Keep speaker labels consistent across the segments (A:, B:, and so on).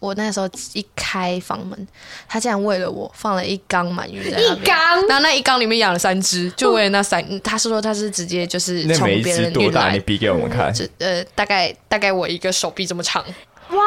A: 我那时候一开房门，他竟然为了我放了一缸鳗鱼在那
B: 一
A: 边。
B: 缸
A: 然后那一缸里面养了三只，就为了那三，他是说他是直接就是
C: 那
A: 从
C: 每一
A: 别
C: 只
A: 人
C: 多
A: 运
C: 大？
A: 来
C: 你，比给我们看。
A: 这呃大概大概我一个手臂这么长，
B: 哇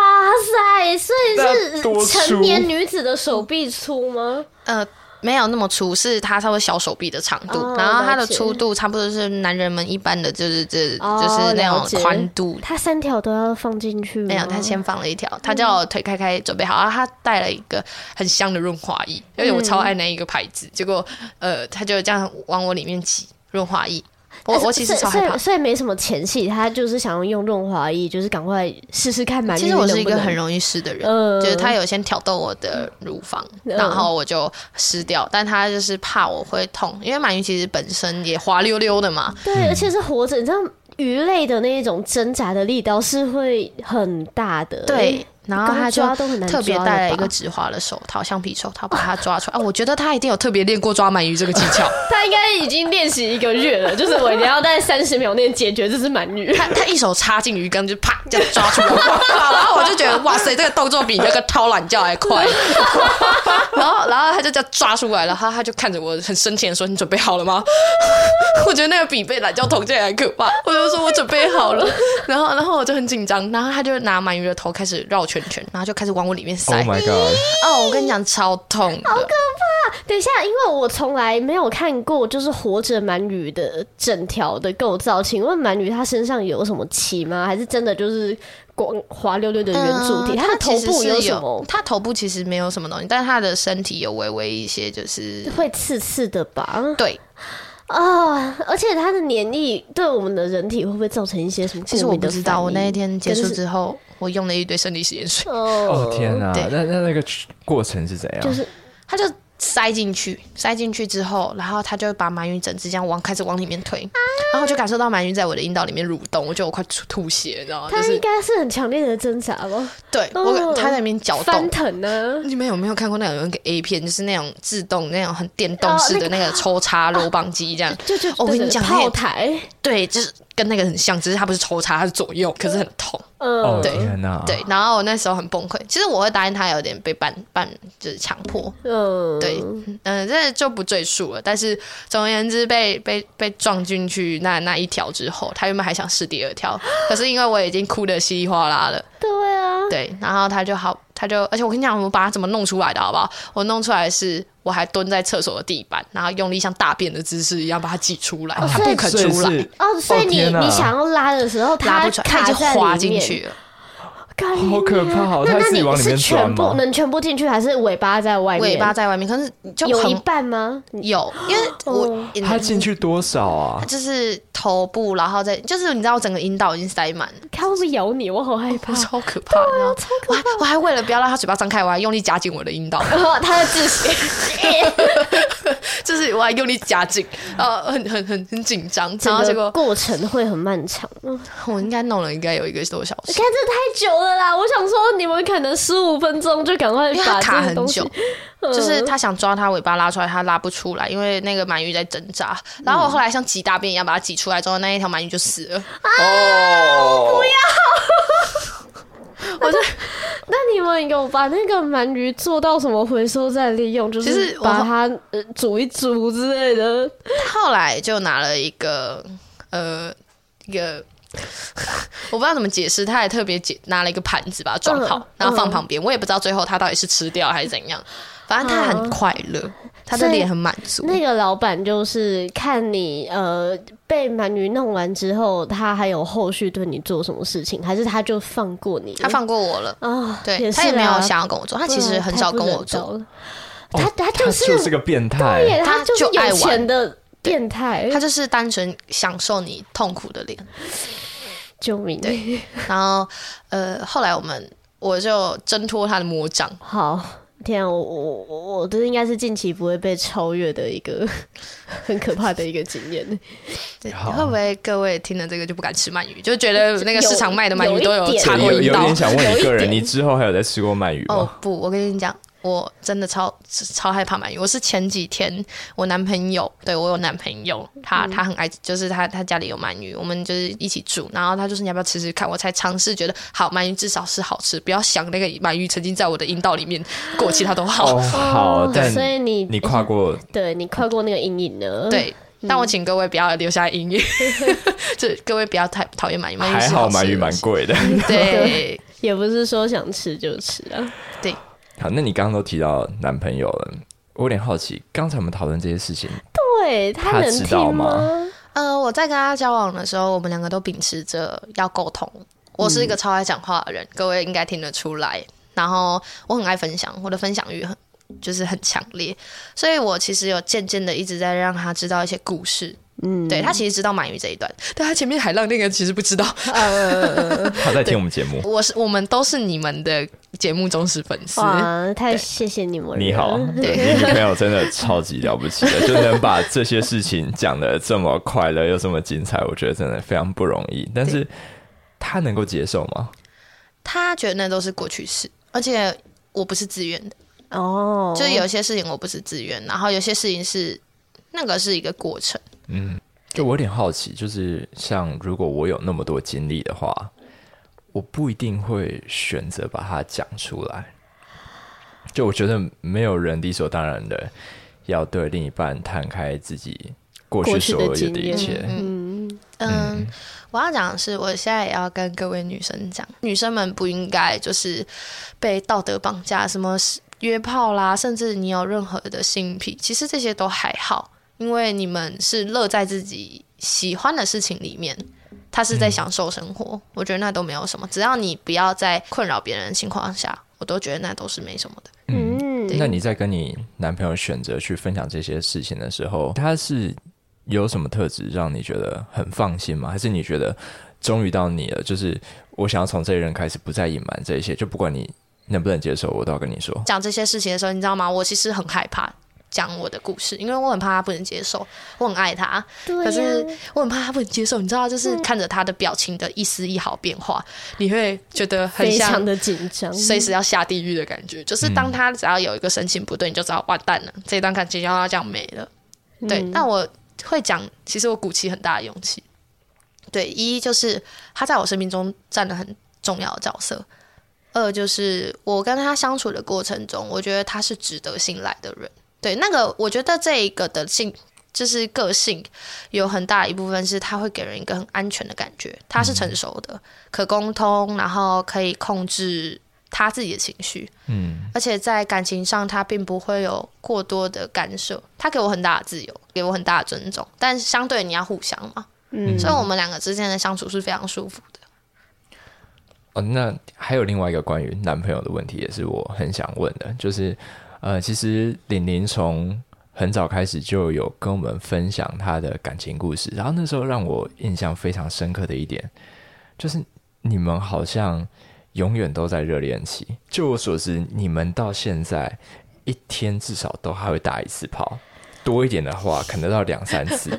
B: 塞，所
C: 那多
B: 以是
C: 粗
B: 成年女子的手臂粗吗？
A: 呃，没有那么粗，是它稍微小手臂的长度，
B: 哦
A: 然后它的
B: 了解
A: 粗度差不多是男人们一般的，就是这、
B: 哦
A: 就是那
B: 了
A: 种
B: 解
A: 宽度。
B: 她三条都要放进去吗？
A: 没有，他先放了一条，他叫我
B: 嗯
A: 腿开开准备好，然后他带了一个很香的润滑液，而
B: 嗯
A: 且我超爱那一个牌子。结果呃，他就这样往我里面挤润滑液，我我其实
B: 所以
A: 超害
B: 所
A: 怕
B: 以。所以没什么前戏，她就是想要用润滑液，就是赶快试试看满。
A: 其实我是一个很容易湿的人，
B: 嗯
A: 就是他有先挑逗我的乳房，然后我就湿掉，但他就是怕我会痛，因为鳗鱼其实本身也滑溜溜的嘛，
C: 嗯
B: 对，而且是活着，你知道鱼类的那一种挣扎的力道是会很大的。
A: 对，然后他就
B: 刚抓都很难
A: 特别
B: 抓了
A: 带了一
B: 吧
A: 个直滑的手套，橡皮手套，把它抓出来。啊，我觉得他一定有特别练过抓鳗鱼这个技巧。
B: 他应该已经练习一个月了，就是我一定要在三十秒内解决这只鳗鱼。
A: 他他一手插进鱼缸，就啪这样抓出来， 然后我就觉得哇塞，这个动作比那个掏懒觉还快。 然后然后他就这样抓出来，然后他就看着我很深情的说：“你准备好了吗？” 我觉得那个比被懒觉捅进来还可怕。我就说我准备好了， 然后然后我就很紧张，然后他就拿鳗鱼的头开始绕圈圈，然后就开始往我里面
C: Oh
A: 塞。
C: my god！
A: 哦，我跟你讲超痛的，
B: 等一下，因为我从来没有看过就是活着鳗鱼的整条的构造，请问鳗鱼它身上有什么鳍吗？还是真的就是光滑溜溜的圆柱体？
A: 嗯
B: 呃它的头
A: 其实
B: 部
A: 是
B: 有
A: 有
B: 什么？
A: 它头部其实没有什么东西，但是它的身体有微微一些，就是
B: 会刺刺的吧？
A: 对。
B: 啊、而且它的黏液对我们的人体会不会造成一些什么？
A: 其实我不知道，我那一天结束
B: 后，
A: 之后，我用了一堆生理实验水，
B: 哦
C: 哦天哪
A: 对！
C: 那那那个过程是怎样？
B: 就是
A: 它就塞进去，塞进去之后，然后它就把鳗鱼整只这样往开始往里面推，然后就感受到鳗鱼在我的阴道里面蠕动，我觉得我快吐吐血，你知道吗？就
B: 它应
A: 是
B: 该是很强烈的挣扎吧？
A: 对
B: 嗯
A: 我它在里面搅
B: 翻
A: 动。
B: 腾啊呢、
A: 你们有没有看过那种有一个 A 片，就是那种自动那种很电动式哦的那个啊抽插肉棒机 这样？
B: 就就
A: 哦我跟你讲那
B: 炮
A: 个
B: 台，
A: 对，就是跟那个很像，只是它不是抽插，它是左右，可是很痛。
B: 嗯、
C: 哦
A: 对
C: 天哪！
A: 对，然后我那时候很崩溃。其实我会答应他有点被半半就是强迫，
B: 嗯，
A: 对，嗯、这就不赘述了。但是总而言之被，被被撞进去那那一条之后，他原本还想试第二条，可是因为我已经哭得稀里哗啦了，
B: 对啊，
A: 对，然后他就好，他就，而且我跟你讲，我把他怎么弄出来的好不好？我弄出来是我还蹲在厕所的地板，然后用力像大便的姿势一样把它挤出来，他不肯
C: 所以
A: 出来。
C: 是
B: 哦，所以你、
C: 天哪
B: 你想要拉的时候，
A: 拉
B: 它
A: 不出来，他
B: 卡
A: 已经
B: 在里
A: 滑进
B: 面
A: 去，了，
B: 干
C: 好可怕哦
B: 那
C: 它
B: 那
C: 自己
B: 你
C: 往里
B: 是
C: 面
B: 全
C: 钻
B: 部
C: 吗
B: 能全部进去，还是尾巴在外面？
A: 尾巴在外面，可是就
B: 有
A: 很
B: 一半吗？
A: 有，因为我
B: 哦
C: 他进去多少啊？
A: 就是头部，然后再就是你知道，我整个阴道已经塞满了，
B: 它会不会咬你？我好害
A: 我。
B: 怕
A: 啊超可怕，然后
B: 超
A: 我
B: 可
A: 还我还为了不要让他嘴巴张开，我还用力夹紧我的阴道，
B: 然后它的窒息，
A: 就是我还用力夹紧，呃，很很很很紧张，然
B: 整
A: 后结
B: 个
A: 果
B: 过程会很漫长。嗯
A: 我应该弄了应该有一个多小时
B: 看，这太久了啦！我想说，你们可能十五分钟就赶快
A: 因为
B: 把
A: 它卡
B: 这个
A: 很
B: 东西嗯
A: 久，，就是他想抓他尾巴拉出来，他拉不出来，因为那个鳗鱼在挣扎，然后我后来像挤大便一样把它挤出来之后，那一条鳗鱼就死了，
C: 哦，
B: 那你们有把那个鳗鱼做到什么回收再利用？就
A: 其
B: 是
A: 实我
B: 把它呃煮一煮之类的。
A: 后来就拿了一个呃一个， 我不知道怎么解释，他还特别解拿了一个盘子把它装好，
B: 嗯嗯
A: 然后放旁边。我也不知道最后他到底是吃掉还是怎样，反正他很快乐，他的脸很满足。
B: 那个老板就是看你呃被鳗鱼弄完之后，他还有后续对你做什么事情，还是他就放过你？
A: 他放过我了，
B: 啊，
A: 对
B: 也是
A: 他也没有
B: 啊
A: 想要跟我做，他
B: 对啊
A: 其实很少跟我
B: 太不
A: 做，
B: 人道了。他他
C: 他
B: 就是
C: 就是个变态。
B: 对，
A: 他
B: 就是
A: 就爱
B: 有
A: 玩
B: 钱的变态哎
A: 他，就是单纯享受你痛苦的脸。
B: 救命！
A: 对然后呃，后来我们我就挣脱他的魔掌，
B: 好。天、啊，我我我我这应该是近期不会被超越的一个 很可怕的一个经验。
A: 对，
C: 好
A: 会不会各位听了这个就不敢吃鳗鱼，就觉得那个市场卖的鳗
B: 有
A: 鱼都
B: 有一点
A: 插
C: 对
A: 过
C: 有
A: 一
C: 有
A: 刀
C: 点？想问
B: 有
C: 你
B: 一
C: 个人，
B: 点
C: 你之后还有在吃过鳗鱼
A: 哦
C: 吗？
A: 不，我跟你讲，我真的超超害怕鳗鱼。我是前几天我男朋友，对我有男朋友，他、嗯他很爱，就是他他家里有鳗鱼，我们就是一起住，然后他就是你要不要吃吃看，我才尝试觉得好，鳗鱼至少是好吃，不要想那个鳗鱼曾经在我的阴道里面过期，它都好。
C: 哦，好，但
B: 所以你
C: 你跨过
B: 对你跨过那个阴影了。，
A: 对，但我请各位不要留下 阴影，就各位不要太讨厌鳗鱼，鳗鱼
C: 还
A: 是
C: 好，
A: 吃
C: 鳗鱼
A: 的
C: 蛮贵的。
A: 对
B: 也不是说想吃就吃啊。
A: 对，
C: 好，那你刚刚都提到男朋友了，我有点好奇，刚才我们讨论这些事情，
B: 对他能
C: 他知道
B: 听
C: 吗？
A: 呃，我在跟他交往的时候，我们两个都秉持着要沟通。我是一个超爱讲话的人，各位应该听得出来。然后我很爱分享，我的分享欲很就是很强烈，所以我其实有渐渐的一直在让他知道一些故事。嗯，对他其实知道鳗鱼这一段，但他前面海浪那个其实不知道。
C: 他在听我们节目。
A: 我是我们都是你们的节目忠实粉丝，
B: 哇，太谢谢你们了。
C: 你好， 对你女朋友真的超级了不起的，就能把这些事情讲得这么快乐又这么精彩，我觉得真的非常不容易。但是他能够接受吗？
A: 他觉得那都是过去式，而且我不是自愿的。
B: 哦，
A: 就是有些事情我不是自愿，然后有些事情是那个是一个过程。
C: 就我有点好奇，就是像如果我有那么多经历的话，我不一定会选择把它讲出来。就我觉得没有人理所当然的要对另一半摊开自己过去
B: 过去
C: 所
B: 的
C: 有
B: 经
C: 的一
B: 验
C: 切。
A: 嗯，我要讲的是，我现在也要跟各位女生讲，女生们不应该就是被道德绑架，什么约炮啦，甚至你有任何的性癖，其实这些都还好，因为你们是乐在自己喜欢的事情里面。他是在享受生活，我觉得那都没有什么，只要你不要在困扰别人的情况下，我都觉得那都是没什么的。
B: 嗯，
A: 对
C: 那你在跟你男朋友选择去分享这些事情的时候，他是有什么特质让你觉得很放心吗？还是你觉得终于到你了，就是我想要从这一任开始不再隐瞒这一些，就不管你能不能接受，我都要跟你说。
A: 讲这些事情的时候，你知道吗？我其实很害怕讲我的故事，因为我很怕他不能接受。我很爱他，
B: 对
A: 可
B: 呀
A: 是我很怕他不能接受。你知道，
B: 嗯
A: 就是看着他的表情的一丝一毫变化，你会觉得很
B: 非
A: 像
B: 常的紧张。
A: 随时要下地狱的感觉。就是当他只要有一个神情不对，你就知道完蛋了，这段感情要要这样没了。对，但我会讲，其实我鼓起很大的勇气。对，一就是他在我生命中占了很重要的角色，二就是我跟他相处的过程中，我觉得他是值得信赖的人。对，那个我觉得这一个的性就是个性，有很大一部分是他会给人一个很安全的感觉，他是成熟的，可沟通，然后可以控制他自己的情绪，
C: 嗯，
A: 而且在感情上他并不会有过多的干涉，他给我很大的自由，给我很大的尊重，但相对你要互相嘛，
B: 嗯
A: 所以我们两个之间的相处是非常舒服的。
C: 哦，那还有另外一个关于男朋友的问题，也是我很想问的，就是呃，其实玲玲从很早开始就有跟我们分享她的感情故事，然后那时候让我印象非常深刻的一点，就是你们好像永远都在热恋期。据我所知，你们到现在一天至少都还会打一次炮，多一点的话，可能到两三次。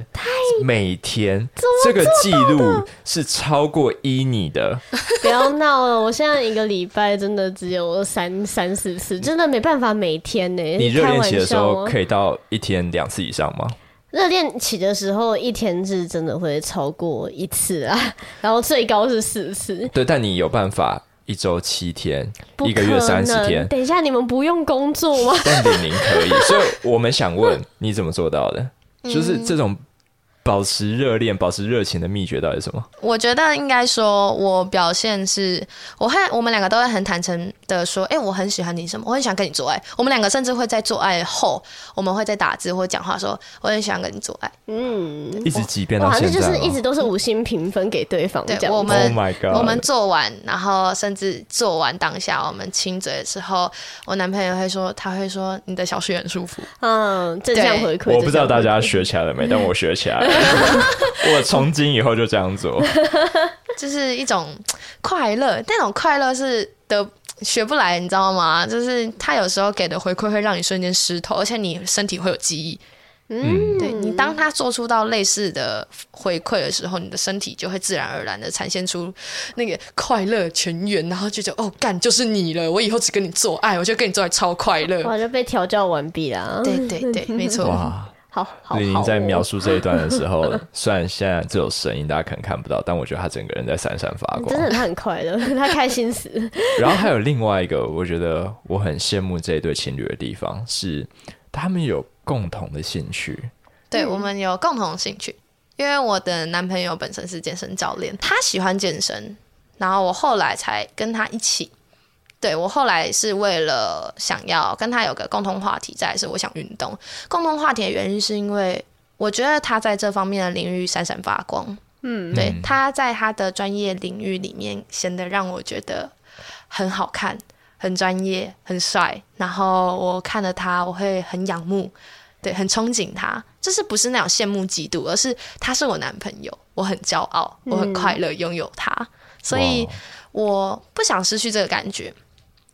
C: 每天这个记录是超过依你的，
B: 不要闹了，我现在一个礼拜真的只有三三四次，真的没办法每天呢、
C: 你热恋期的时候
B: 以
C: 可以到一天两次以上吗？
B: 哦热恋期的时候，一天是真的会超过一次啊，然后最高是四次。
C: 对，但你有办法一周七天，
B: 不
C: 一个月
B: 可
C: 三十
B: 能
C: 天，
B: 等一下，你们不用工作吗？
C: 但李宁可 以。所以我们想问，你怎么做到的？
B: 嗯
C: 就是这种保持热恋、保持热情的秘诀到底是什么？
A: 我觉得应该说，我表现是，我和我们两个都会很坦诚的说，哎、我很喜欢你什么，我很喜欢跟你做爱。我们两个甚至会在做爱后，我们会在打字或讲话说，我很喜欢跟你做爱。
B: 嗯，
C: 一直几遍到
B: 哇，那
C: 现
B: 就
C: 在
B: 是
C: 吗
B: 一直都是五星评分给对方这
A: 对
B: 样子。
A: 我
C: ？Oh
A: 们
C: my
A: 我们
C: god！
A: 做完，然后甚至做完当下，我们亲嘴的时候，我男朋友会说，他会说你的小穴很舒服。
B: 嗯，正向回馈。
C: 我不知道大
B: 正向
C: 家学起来了没，但我学起来 了。我从今以后就这样做。
A: 就是一种快乐，那种快乐是得学不来，你知道吗？就是他有时候给的回馈会让你瞬间湿透，而且你身体会有记忆，
B: 嗯，
A: 对你，当他做出到类似的回馈的时候，你的身体就会自然而然的产现出那个快乐全员，然后就觉得哦，干就是你了，我以后只跟你做爱，我觉得跟你做爱超快
C: 嗯
A: 乐。
B: 我就被调教完毕啦。
A: 对对对，没错。
C: 哇！
B: 好好哦
C: 李宁
B: 好，
C: 在描述这一段的 时候，虽然现在只有声音，大家可能看不到，但我觉得他整个人在闪闪发光
B: 真。的他 很快乐，他开心死。
C: 然后还有另外一个，我觉得我很羡慕这一对情侣的地方是，他们有共同的兴趣。
A: 对我们有共同兴趣，因为我的男朋友本身是健身教练，他喜欢健身，然后我后来才跟他一起。对我后来是为了想要跟他有个共同话题，再来是我想运动。共同话题的原因是因为我觉得他在这方面的领域闪闪发光，
B: 嗯，
A: 对，他在他的专业领域里面显得让我觉得很好看、很专业、很帅，然后我看了他，我会很仰慕，对，很憧憬他。就是不是那种羡慕嫉妒，而是他是我男朋友，我很骄傲，我很快乐拥有他，所以
C: 哇哦
A: 我不想失去这个感觉。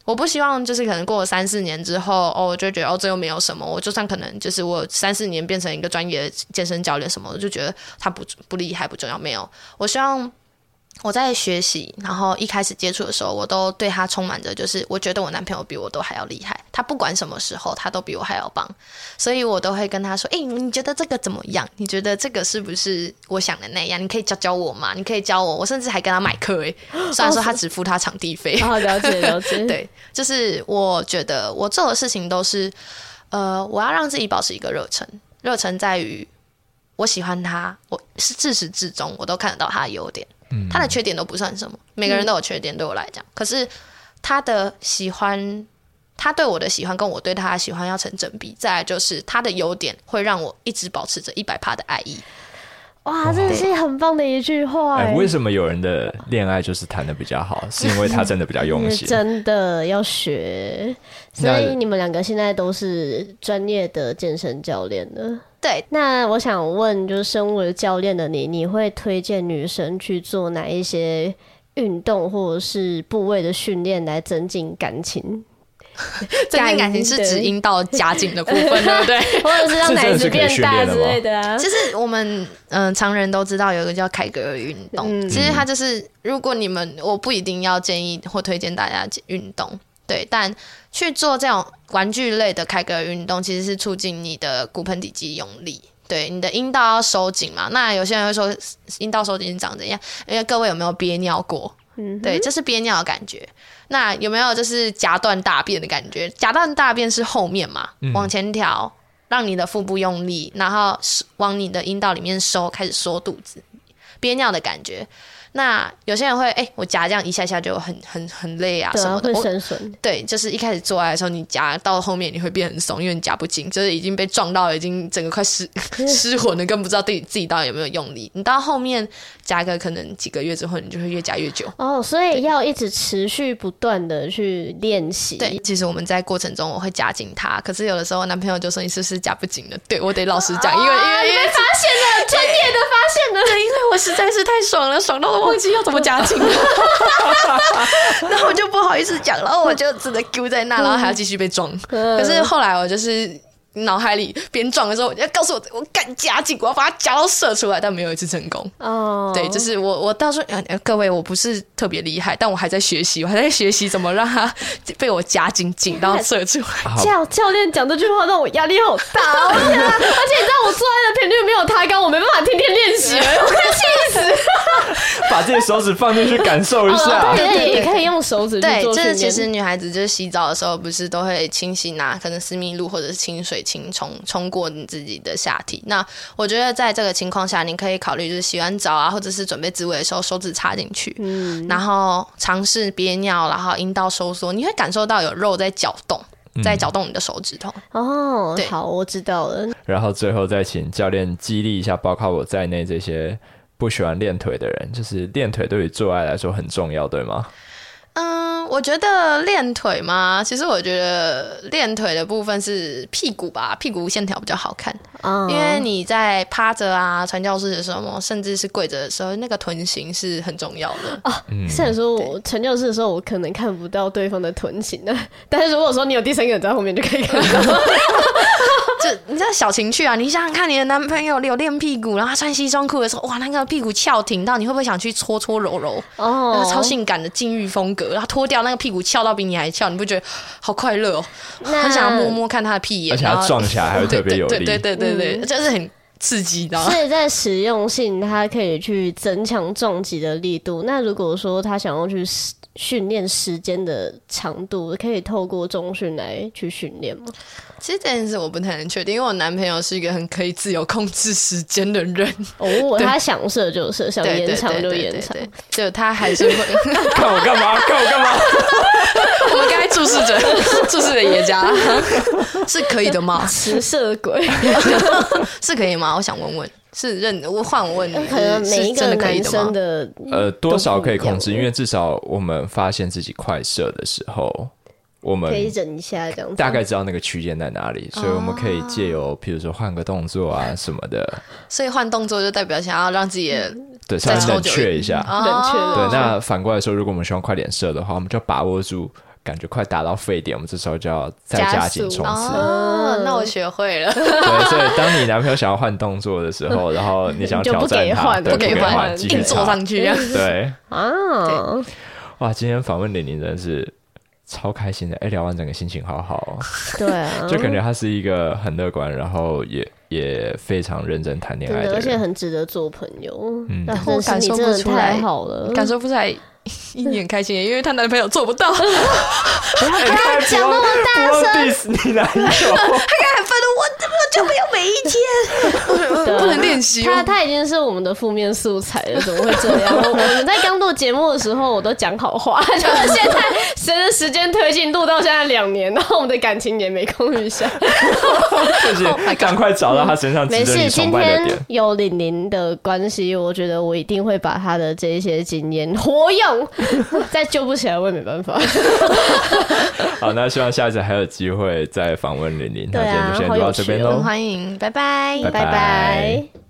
A: 我不希望就是可能过了三四年之后，哦，我就觉得哦，这又没有什么。我就算可能就是我三四年变成一个专业的健身教练什么，我就觉得他不不厉害不重要。没有，我希望我在学习，然后一开始接触的时候，我都对他充满着就是我觉得我男朋友比我都还要厉害，他不管什么时候他都比我还要棒，所以我都会跟他说，诶，你觉得这个怎么样？你觉得这个是不是我想的那样？你可以教教我吗？你可以教我，我甚至还跟他买课诶、虽然说他只付他场地费，
B: 好哦了解了 解。，
A: 对，就是我觉得我做的事情都是，呃，我要让自己保持一个热忱，热忱在于我喜欢他，我是自始至终我都看得到他的优点，他的缺点都不算什么，每个人都有缺点，对我来讲，可是他的喜欢。他对我的喜欢跟我对他的喜欢要成正比，再来就是他的优点会让我一直保持着一百趴的爱意。
B: 哇，这是很棒的一句话
C: 哎、
B: 哎。
C: 为什么有人的恋爱就是谈的比较好？是因为他真的比较用
B: 是
C: 心。
B: 真的要学，所
C: 那
B: 以你们两个现在都是专业的健身教练了。
A: 对，
B: 那我想问，就是身为教练的你，你会推荐女生去做哪一些运动或者是部位的训练来增进感情，
A: 增进感情是指阴道夹紧的部分，对不对？
B: 或者是让
C: 这真的
B: 奶
C: 是
B: 子
C: 可以
B: 变
C: 训
B: 大
C: 练的
B: 之
C: 吗
B: 类的啊？
A: 其实我们嗯、呃常人都知道有一个叫凯格尔运动，其实它就是如果你们我不一定要建议或推荐大家运动，对，但去做这种玩具类的凯格尔运动，其实是促进你的骨盆底肌用力。对你的阴道要收紧嘛？那有些人会说阴道收紧是长怎样？因为各位有没有憋尿过？
B: 嗯，
A: 对，这是憋尿的感觉。那有没有就是夹断大便的感觉？夹断大便是后面嘛，往前调，让你的腹部用力，然后是往你的阴道里面收，开始缩肚子，憋尿的感觉。那有些人会，哎、我夹这样一下下就很很很累啊
B: 对
A: 什
B: 啊，
A: 么的。
B: 会
A: 我
B: 生损。
A: 对，就是一开始做爱的时候，你夹到后面你会变很松，因为你夹不紧，就是已经被撞到，已经整个快失 失魂了，更不知道自己自己到底有没有用力。你到后面夹个可能几个月之后，你就会越夹越久。
B: 哦，所以要一直持续不断的去练习。
A: 对，其实我们在过程中我会夹紧它，可是有的时候男朋友就说你是不是夹不紧了？对我得老实讲，因为因为因为哦发现 了，专业的发现了，对，因为我实在是太爽了，爽到我忘记要怎么夹紧了， 然后我就不好意思讲，然后我就只能丢在那，然后还要继续被撞。
B: 嗯，
A: 可
B: 可
A: 是后来我就是。脑海里边撞的时候，我就告诉我，我敢夹紧，我要把它夹到射出来，但没有一次成功。
B: 哦，
A: 对，就是我我到时候、呃呃各位，我不是特别厉害，但我还在学习，我还在学习怎么让它 被我夹紧紧 到射出来。
C: 好
B: 教教练讲这句话让我压力好大 哦，我天啊！而且你知道我做爱的频率没有他高，我没办法天天练习，我快气死了。
C: 把自己手指放进去感受一下
B: 哦，对对，也可以用手指去
A: 对，
B: 做
A: 就
B: 训
A: 是
B: 练。
A: 其实女孩子就是洗澡的时候，不是都会清洗拿可能私密露或者是清水清冲冲过你自己的下体。那我觉得在这个情况下，你可以考虑就是洗完澡啊，或者是准备自慰的时候，手指插进去，
B: 嗯
A: 然后尝试憋尿，然后阴道收缩，你会感受到有肉在搅动，在搅动你的手指头。
B: 哦
A: 对，
B: 好，我知道了。
C: 然后最后再请教练激励一下，包括我在内这些不喜欢练腿的人，就是练腿对于做爱来说很重要，对吗？
A: 嗯，嗯，我觉得练腿嘛，其实我觉得练腿的部分是屁股吧，屁股线条比较好看，
B: 嗯
A: 因为你在趴着啊、传教士的时候，甚至是跪着的时候，那个臀型是很重要的。
B: 哦虽然说我传教士的时候，我可能看不到对方的臀型啊，但是如果说你有第三个人在后面，就可以看到。
A: 这你知道小情趣啊？你想想看，你的男朋友有练屁股，然后他穿西装裤的时候，哇，那个屁股翘挺到，你会不会想去搓搓揉揉？那
B: 哦
A: 是超性感的禁欲风格，然后脱掉那个屁股翘到比你还翘，你不觉得好快乐哦？
B: 那
A: 很想要摸摸看他的屁眼，
C: 而且它
A: 然后
C: 撞起来还会特别有
A: 对
C: 力。
A: 对对对对对，就是很刺激的。
B: 所以在实用性，它可以去增强撞击的力度。那如果说他想要去实训练时间的长度，可以透过中训来去训练吗？
A: 其实这件事我不太能确定，因为我男朋友是一个很可以自由控制时间的人，
B: 哦，他想射就射，想
A: 对
B: 延
A: 对
B: 长
A: 对
B: 就
A: 对
B: 延
A: 对
B: 长。
A: 对，就他还是会。
C: 看我 干嘛？看我干嘛？
A: 我们刚才注视着 注视着爷家， 是可以的吗？
B: 食色鬼，
A: 是可以吗？我想问问，是认我换我问你，
B: 可能每
A: 是真
B: 一个
A: 呃的可以
B: 男
A: 的
B: 生
A: 吗？
B: 的
C: 呃，多少可以控
B: 都不
C: 制，
B: 一样
C: 因为至少我们发现自己快射的时候，我们
B: 可以忍一下这样子。
C: 大概知道那个区间在哪里，所以我们可以借由，譬如说换个动作啊什么的，
A: 所以换动作就代表想要让自己的
C: 对，稍微
A: 抽
C: 冷
A: 久
C: 却一下。
B: 冷却
A: 哦
C: 对，那反过来说，如果我们希望快点射的话，我们就把握住，感觉快达到沸点，我们这时候就要再
B: 加
C: 加紧
B: 速
C: 冲刺。
A: 哦，那我学会了。
C: 对，所
A: 哦
C: 以当你男朋友想要换动作的 时候，然后你想要
B: 就不
C: 挑战
B: 给
C: 他，
B: 换
C: 对
B: 不
A: 给
C: 给
A: 换
C: 继续
A: 硬坐
C: 插
A: 上去这样。
C: 对，
B: 啊，
C: 哇，今天访问玲玲真的是超开心的，哎、聊完整个心情好好、哦，
B: 对 啊，
C: 就感觉她是一个很乐观，然后也也非常认真谈恋
B: 真
C: 爱
B: 的，而且
C: 人。
B: 很值得做朋友。嗯，但
A: 我感
B: 是
A: 受不
B: 你真的
A: 出来
B: 太好了，
A: 感受不出来一点开心，因为她男朋友做不 到，她
C: 哎你看
B: 讲那么大
C: 不要 diss 你男友，
A: 还愤怒，我怎么就没有每一天 不能练习？哦
B: 他他已经是我们的负面素材 了，怎么会这样？我我们在刚录节目的时候，我都讲好话， 就是现在随着时间推进，录到现在两年，然后我们的感情也没空余 下。
C: 就是赶快找到他身上值
B: Oh 没
C: 得你
B: 事，
C: 崇
B: 今
C: 拜的
B: 天
C: 点。
B: 有玲玲的关系，我觉得我一定会把她的这一些经验活用， 再救不起来我也没办法。
C: 好，那希望下次还有机会再访问玲玲。
B: 对啊
C: 那今天就先到这边喽，
A: 欢迎，拜拜
C: 拜拜